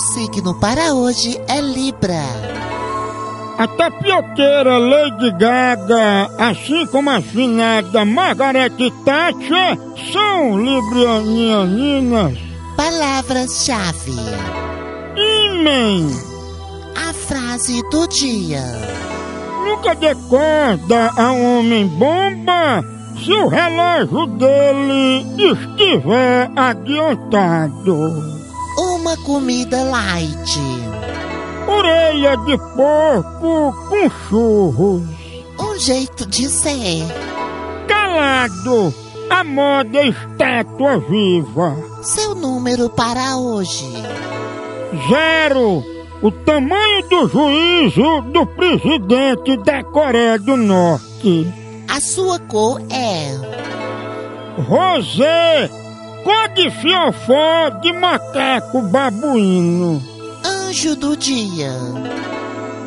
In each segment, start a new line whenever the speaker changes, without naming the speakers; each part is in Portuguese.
signo para hoje é Libra.
A tapioqueira Lady Gaga, assim como a finada Margaret Thatcher, são librianianas.
Palavras-chave:
Imen
A frase do dia.
nunca decorda a um homem bomba se o relógio dele estiver adiantado.
Uma comida light.
Orelha de porco com churros.
Um jeito de ser.
Calado, a moda é estátua viva.
Seu número para hoje.
Zero, o tamanho do juízo do presidente da Coreia do Norte.
A sua cor é.
Rosé, cor de fiofó de macaco babuíno.
Anjo do dia.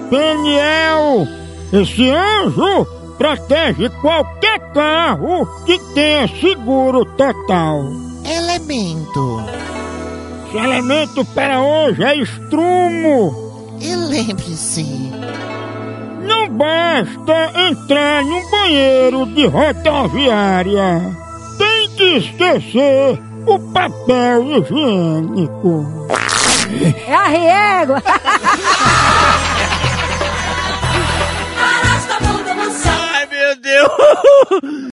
Peniel, esse anjo protege qualquer carro que tenha seguro total.
Elemento.
Esse elemento para hoje é estrumo.
E lembre-se:
Não basta entrar num banheiro de rodoviária. Tem que esquecer o papel higiênico.
É a régua.
Arrasta a bunda, mansão.
Ai, meu Deus!